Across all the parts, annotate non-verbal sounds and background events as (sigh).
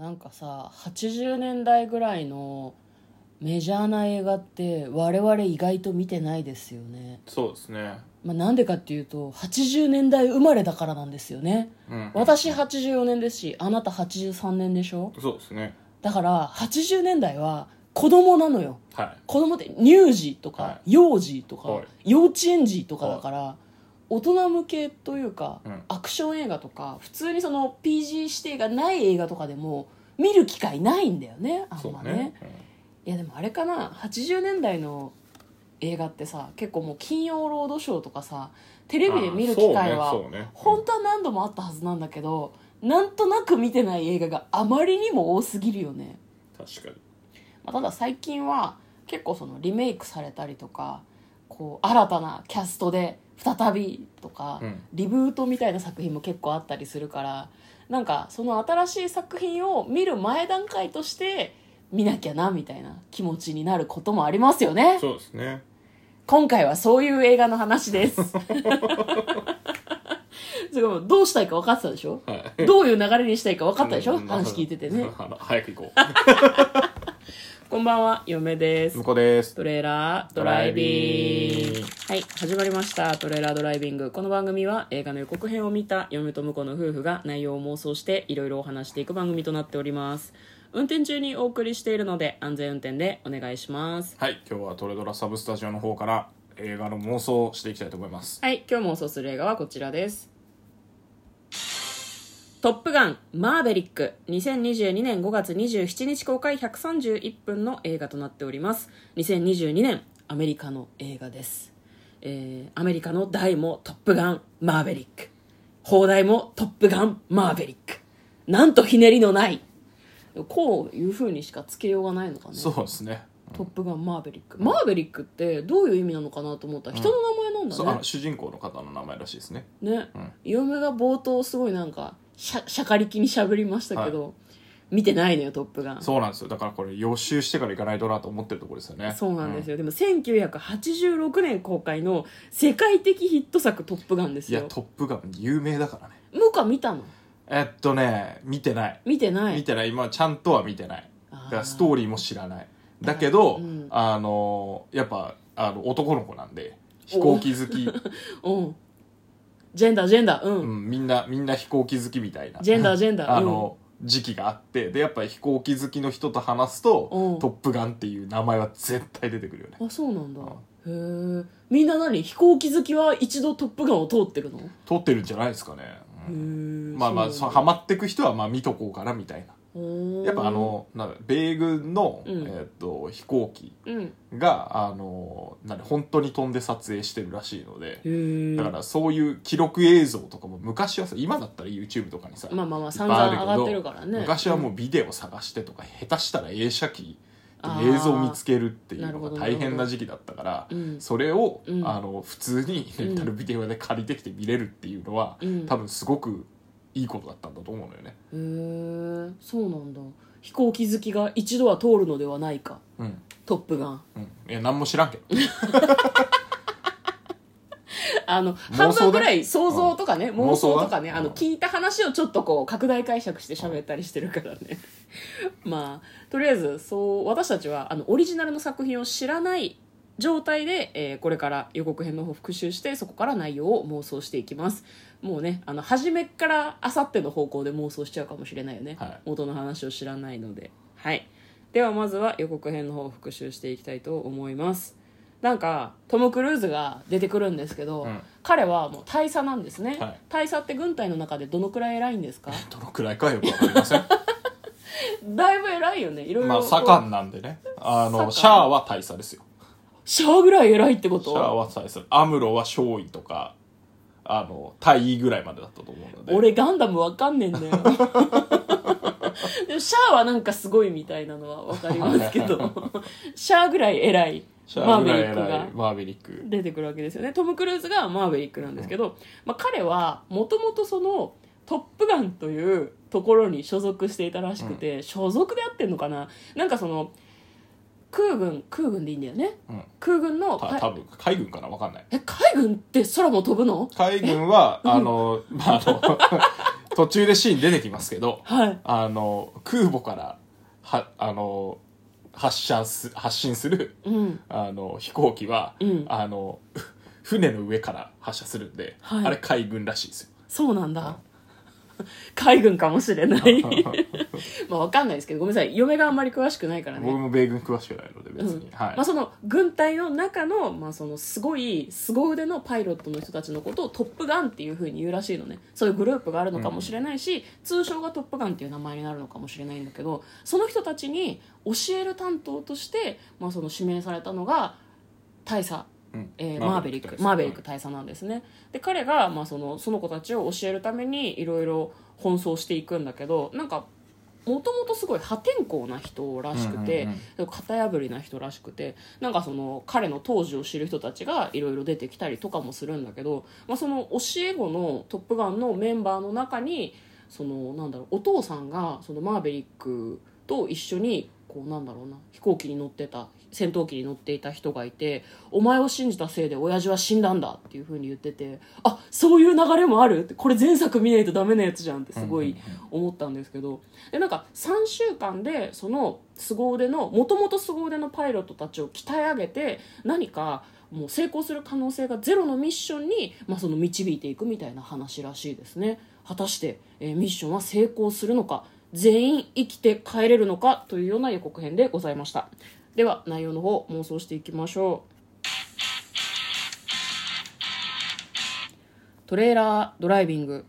なんかさ80年代ぐらいのメジャーな映画って我々意外と見てないですよね、そうですねまあ、なんでかっていうと80年代生まれだからなんですよねうん私84年ですしあなた83年でしょそうですねだから80年代は子供なのよは子供って乳児とか、は幼児とか、はい幼稚園児とかだから、大人向けというか、うんアクション映画とか普通にその PG 指定がない映画とかでも見る機会ないんだよねあいんそまうねねいやでもあれかな80年代の映画ってさ結構もう「金曜ロードショー」とかさテレビで見る機会は、あーそうねそうね本当は何度もあったはずなんだけどなんとなく見てない映画があまりにも多すぎるよね確かにまあ、ただ最近は結構そのリメイクされたりとかこう新たなキャストで再びとか、うんリブートみたいな作品も結構あったりするからなんかその新しい作品を見る前段階として見なきゃなみたいな気持ちになることもありますよねそうですね今回はそういう映画の話ですすごいどうしたいか分かってたでしょはいどういう流れにしたいか分かったでしょうん話聞いててねあら (laughs) 早く行こ (laughs) こんばんは嫁ですう向こうですトレーラードドラライイビビンンググはい始まりましたトレーラードライビングこの番組は映画の予告編を見た嫁と婿の夫婦が内容を妄想していろいろお話していく番組となっております運転中にお送りしているので安全運転でお願いしますはい今日はトレドラサブスタジオの方から映画の妄想をしていきたいと思いますはい今日妄想する映画はこちらですトップガンマーベリック2022年5月27日公開131分の映画となっております2022年アメリカの映画です、えーアメリカの題もトップガンマーベリック放題もトップガンマーベリックなんとひねりのないこういう風にしかつけようがないのかねそうですねトップガンマーベリックマーベリックってどういう意味なのかなと思ったら人の名前なんだね、そうあの主人公の方の名前らしいですねね、うん嫁が冒頭すごいなんかしゃしゃかりきにしゃべりましたけど、見てないのよ「トップガン」そうなんですよだからこれ予習してから行かないとなと思ってるところですよねそうなんですよ、よ、でも1986年公開の世界的ヒット作「トップガン」ですいやよ「トップガン」有名だからねムカ見たのえっとね見てない見てない見てない今ちゃんとは見てないあーだからストーリーも知らないだけど、うんあのやっぱあの男の子なんで飛行機好き、 (laughs) うんジェンダージェンダーう、うんん、みんなみんな飛行機好きみたいなジェンダージェンダーあの、時期があってでやっぱり飛行機好きの人と話すと「うんトップガン」っていう名前は絶対出てくるよねうん、あそうなんだ、へえみんな何飛行機好きは一度「トップガン」を通ってるの、へ撮ってるんじゃないですかね、えうんまあまあそうハマってく人はまあ見とこうかなみたいなやっぱあのなんだ米軍の、うんえー、と飛行機うんへがあのなんだ本当に飛んで撮影してるらしいのでえだからそういう記録映像とかも昔はさ今だったら YouTube とかにさ、まあまあまあいっ散ぱい々ある上けどがってるからね昔はもううんビデオ探してとか、下手したら映写機であー映像を見つけるっていうのなるほどが大変な時期だったから、うんそれを、うんあの普通にレンタルビデオで借りてきて見れるっていうのは、うん多分すごくいいことだったんだと思うのよね。へえそうなんだ飛行機好きが一度は通るのではないかうん「トップガン (laughs) うん、いや何も知らんけど」あの想だ半分ぐらい想像とかねうん妄想とかね妄想だあのうん聞いた話をちょっとこう拡大解釈して喋ったりしてるからね (laughs) まあとりあえずそう私たちはあのオリジナルの作品を知らない状態で、えーこれから予告編の方を復習してそこから内容を妄想していきますもうねあの初めからあさっての方向で妄想しちゃうかもしれないよね、はい元の話を知らないのではいではまずは予告編の方を復習していきたいと思いますなんかトム・クルーズが出てくるんですけど、うん彼はもう大佐なんですね、はい大佐って軍隊の中でどのくらい偉いんです (laughs) かどのくらいかよくわかりま (laughs) せんだいぶ偉いよねいろいろ、まあ盛んなんでねあ盛んのシャアは大佐ですよシャアぐらい偉いってこシャアとは大佐アムロは少尉とかあの大尉ぐらいまでだったと思うので俺ガンダムわかんねえんだよ (laughs) でもシャアはなんかすごいみたいなのはわかりますけど (laughs) シャアぐらい偉いシャマーアぐベらリいック偉がいマーベリック出てくるわけですよねトム・クルーズがマーヴェリックなんですけど、まあ、彼はもともとその「トップガン」というところに所属していたらしくて、所属であってんのかななんかその空軍空軍でいいんだよねうん空軍のた多分海軍かなわかんないえ海軍って空も飛ぶの (laughs) 海軍はえあの、まあ、あの (laughs) 途中でシーン出てきますけどはいあの空母からはあの発射す発進するうんあの飛行機は、うんあのふ船の上から発射するんで、はいあれ海軍らしいですよ。そうなんだ (laughs) 海軍かもしれない (laughs) まあわかんないですけどごめんなさい嫁があんまり詳しくないからね僕も米軍詳しくないので別に、うんはい、まあ、その軍隊の中の,、まあそのすごい凄腕のパイロットの人たちのことをトップガンっていうふうに言うらしいのねそういうグループがあるのかもしれないし、通称がトップガンっていう名前になるのかもしれないんだけどその人たちに教える担当として、まあ、その指名されたのが大佐うんえーマーベリックマーベリック大佐なんですねで彼が、まあ、そのその子たちを教えるためにいろいろ奔走していくんだけどなんかもともとすごい破天荒な人らしくて、うんうん型破りな人らしくてなんかその彼の当時を知る人たちがいろいろ出てきたりとかもするんだけど、まあ、その教え子の「トップガン」のメンバーの中にそのなんだろうお父さんがそのマーベリックと一緒にこうなんだろうな飛行機に乗ってた戦闘機に乗っていた人がいて「お前を信じたせいで親父は死んだんだ」っていうふうに言ってて「あそういう流れもある」ってこれ前作見ないとダメなやつじゃんってすごい思ったんですけどでなんか3週間でその凄腕のもともと凄腕のパイロットたちを鍛え上げて何かもう成功する可能性がゼロのミッションに、まあ、その導いていくみたいな話らしいですね果たして、えーミッションは成功するのか全員生きて帰れるのかというような予告編でございましたでは内容の方妄想していきましょうトレーラードライビング、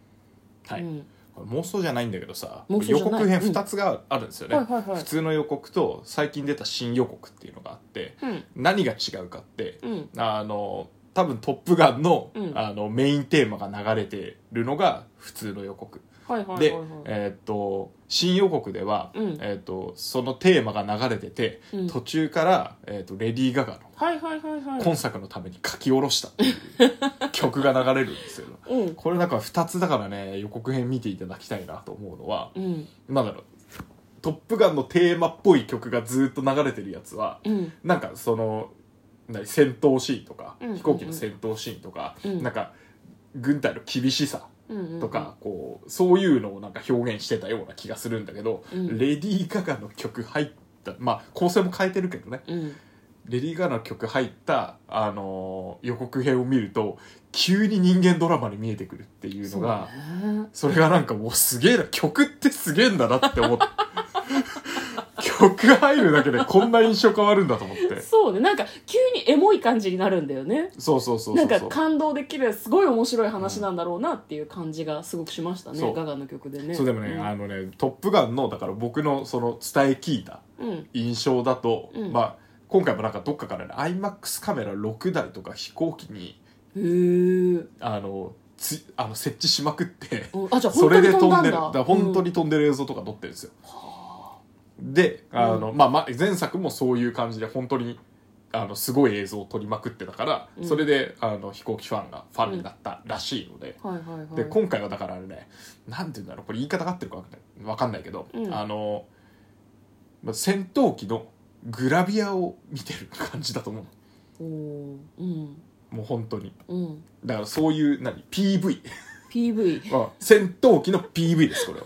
はいうんこれ妄想じゃないんだけどさ妄想じゃ予ない告編2つがあるんですよね、うんはいはいはい普通の予告と最近出た新予告っていうのがあって、うん何が違うかって、うんあの多分「トップガンの」うんあのメインテーマが流れてるのが普通の予告、はいはいはいはい、で、えーっと新予告では、うんえーっとそのテーマが流れてて、うん途中から、えーっとレディー・ガガのはいはいはいはい今作のために書き下ろしたっていう曲が流れるんですようんこれなんか2つだからね予告編見ていただきたいなと思うのはうんなんだろう「トップガン」のテーマっぽい曲がずっと流れてるやつはうんなんかその何戦闘シーンとか、うん飛行機の戦闘シーンとか、うんなんか軍隊の厳しさうんうんとか、こうそういうのをなんか表現してたような気がするんだけど、うんレディー・ガガの曲入ったまあ構成も変えてるけどねうんレディー・ガガの曲入った、あのー予告編を見ると急に人間ドラマに見えてくるっていうのが。そうねそれがなんかもうすげえな、曲ってすげえんだなって思 (laughs) って。曲入るだけでこんな印象変わるんだと思って。そうねなんか急にエモい感じになるんだよねそうそうそうそうそう。なんか感動できるすごい面白い話なんだろうなっていう感じがすごくしましたね、そうガガの曲でねそうでもね、あのね、トップガンの、だから僕のその伝え聞いたうん印象だと、うんまあ、今回もなんかどっかからね、IMAX カメラ6台とか飛行機に、うんへえあの、つあの設置しまくって、あじゃあそ本当れにで飛ん飛だんんでだる、だから本当に飛んでる映像とか撮ってるんですよ。で、あの、まあ、まあ、前作もそういう感じで、本当に、あの、すごい映像を撮りまくってたから、うんそれで、あの、飛行機ファンがファンになったらしいので、うんはいはいはいで、今回はだからあれね、なんて言うんだろう、これ言い方が合ってるかわかんないわかんないけど、うんあの、まあ戦闘機のグラビアを見てる感じだと思う。おーうんもう本当に。うんだからそういう、何 ?PV。 PV まあ戦闘機の PV です (laughs) これは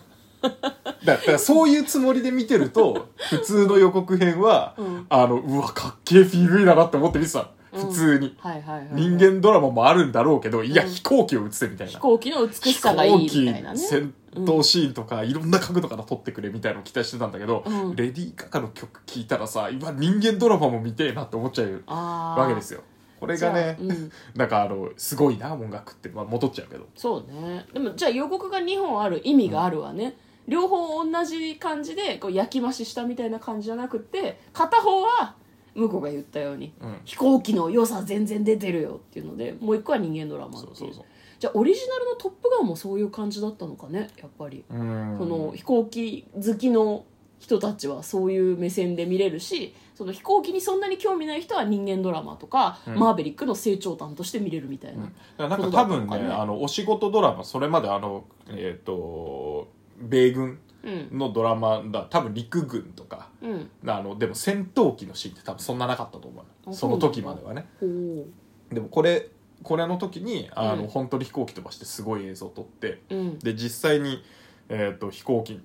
だだからそういうつもりで見てると普通の予告編は、うんあのうわかっけえ PV だなって思って見てたうん普通に、はいはいはい、はい、人間ドラマもあるんだろうけど、いやうん飛行機を映せみたいな飛行機の美しさがいいみたいなね飛行機戦闘シーンとか、いろんな角度から撮ってくれみたいなのを期待してたんだけど、うんレディー・ガガの曲聴いたらさ今人間ドラマも見てえなって思っちゃうあーわけですよこれがね、じゃあうんなんかあのすごいな音楽って、まあ、戻っちゃうけどそうねでもじゃあ予告が2本ある意味があるわね、両方同じ感じでこう焼き増ししたみたいな感じじゃなくて片方は向こうが言ったように、うん飛行機の良さ全然出てるよっていうのでもう一個は人間ドラマっていそううそうそうじゃあオリジナルの「トップガン」もそういう感じだったのかねやっぱり、うんその飛行機好きの人たちはそういう目線で見れるしその飛行機にそんなに興味ない人は人間ドラマとか、うんマーベリックの成長譚として見れるみたいな、だからなんか多分ことだったのねかねあのお仕事ドラマそれまであのえっ、と米軍うんのドラマだ多分陸軍とかうんあのでも戦闘機のシーンって多分そんななかったと思うあその時まではねほうでもこれこれの時にあの、うん本当に飛行機飛ばしてすごい映像を撮ってうんで実際に、えー、と飛行機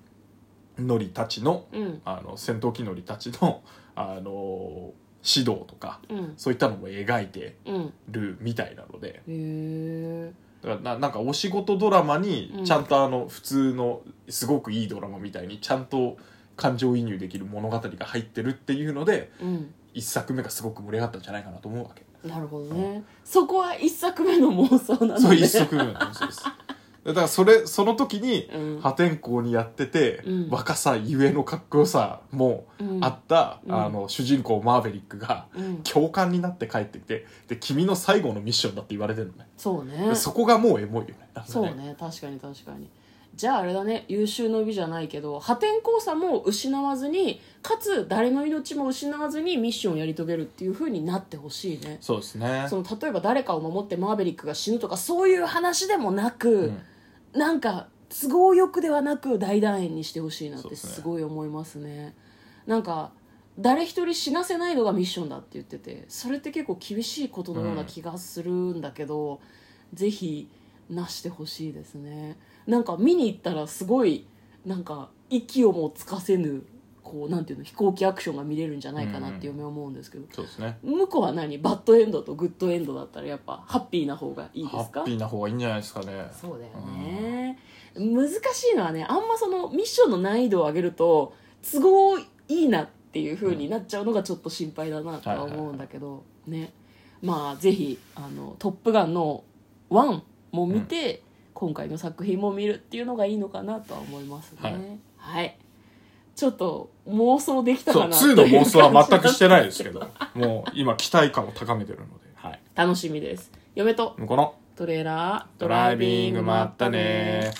乗りたちのうんあの戦闘機乗りたちの、あの指導とかうんそういったのも描いてうんるみたいなのでへえだからななんかお仕事ドラマにうんちゃんとあの、普通のすごくいいドラマみたいにちゃんと感情移入できる物語が入ってるっていうのでうん一作目がすごく盛り上がったんじゃないかなと思うわけ。なるほどねそこは一作目の妄想なのでそう一足分の話ですだからそれその時にうん破天荒にやってて、うん若さゆえのかっこよさもうんあった、うんあの主人公マーヴェリックがうん共感になって帰ってきてで君の最後のミッションだって言われてるのね、そうでねそこがもうエモいよねなんかそうね確かに確かにじゃああれだね優秀の美じゃないけど破天荒さも失わずにかつ誰の命も失わずにミッションをやり遂げるっていう風になってほしいねそうですねその例えば誰かを守ってマーベリックが死ぬとかそういう話でもなく、なんか都合よくではなく大団円にしてほしいなっそうてですねすごい思いますねなんか誰一人死なせないのがミッションだって言っててそれって結構厳しいことのような気がするんだけど、ぜひなしてほしいですねなんか見に行ったらすごいなんか息をもつかせぬこうなんていうの飛行機アクションが見れるんじゃないかなって嫁は思うんですけど、そうですね向こうは何バッドエンドとグッドエンドだったらやっぱハッピーな方がいいでハすかッピーな方がいいんじゃないですかねそうだよね、難しいのはねあんまそのミッションの難易度を上げると都合いいなっていう風になっちゃうのがちょっと心配だなとは思うんだけど、ねまあぜひ「あのトップガン」の1も見て、今回の作品も見るっていうのがいいのかなとは思いますねはい、ちょっと妄想できたそかうな2の妄想は全くしてないですとけいうど感じもう今期待感を高めてるので、はい、 (laughs) 楽しみです嫁とこのトレーラードドライビングもあったね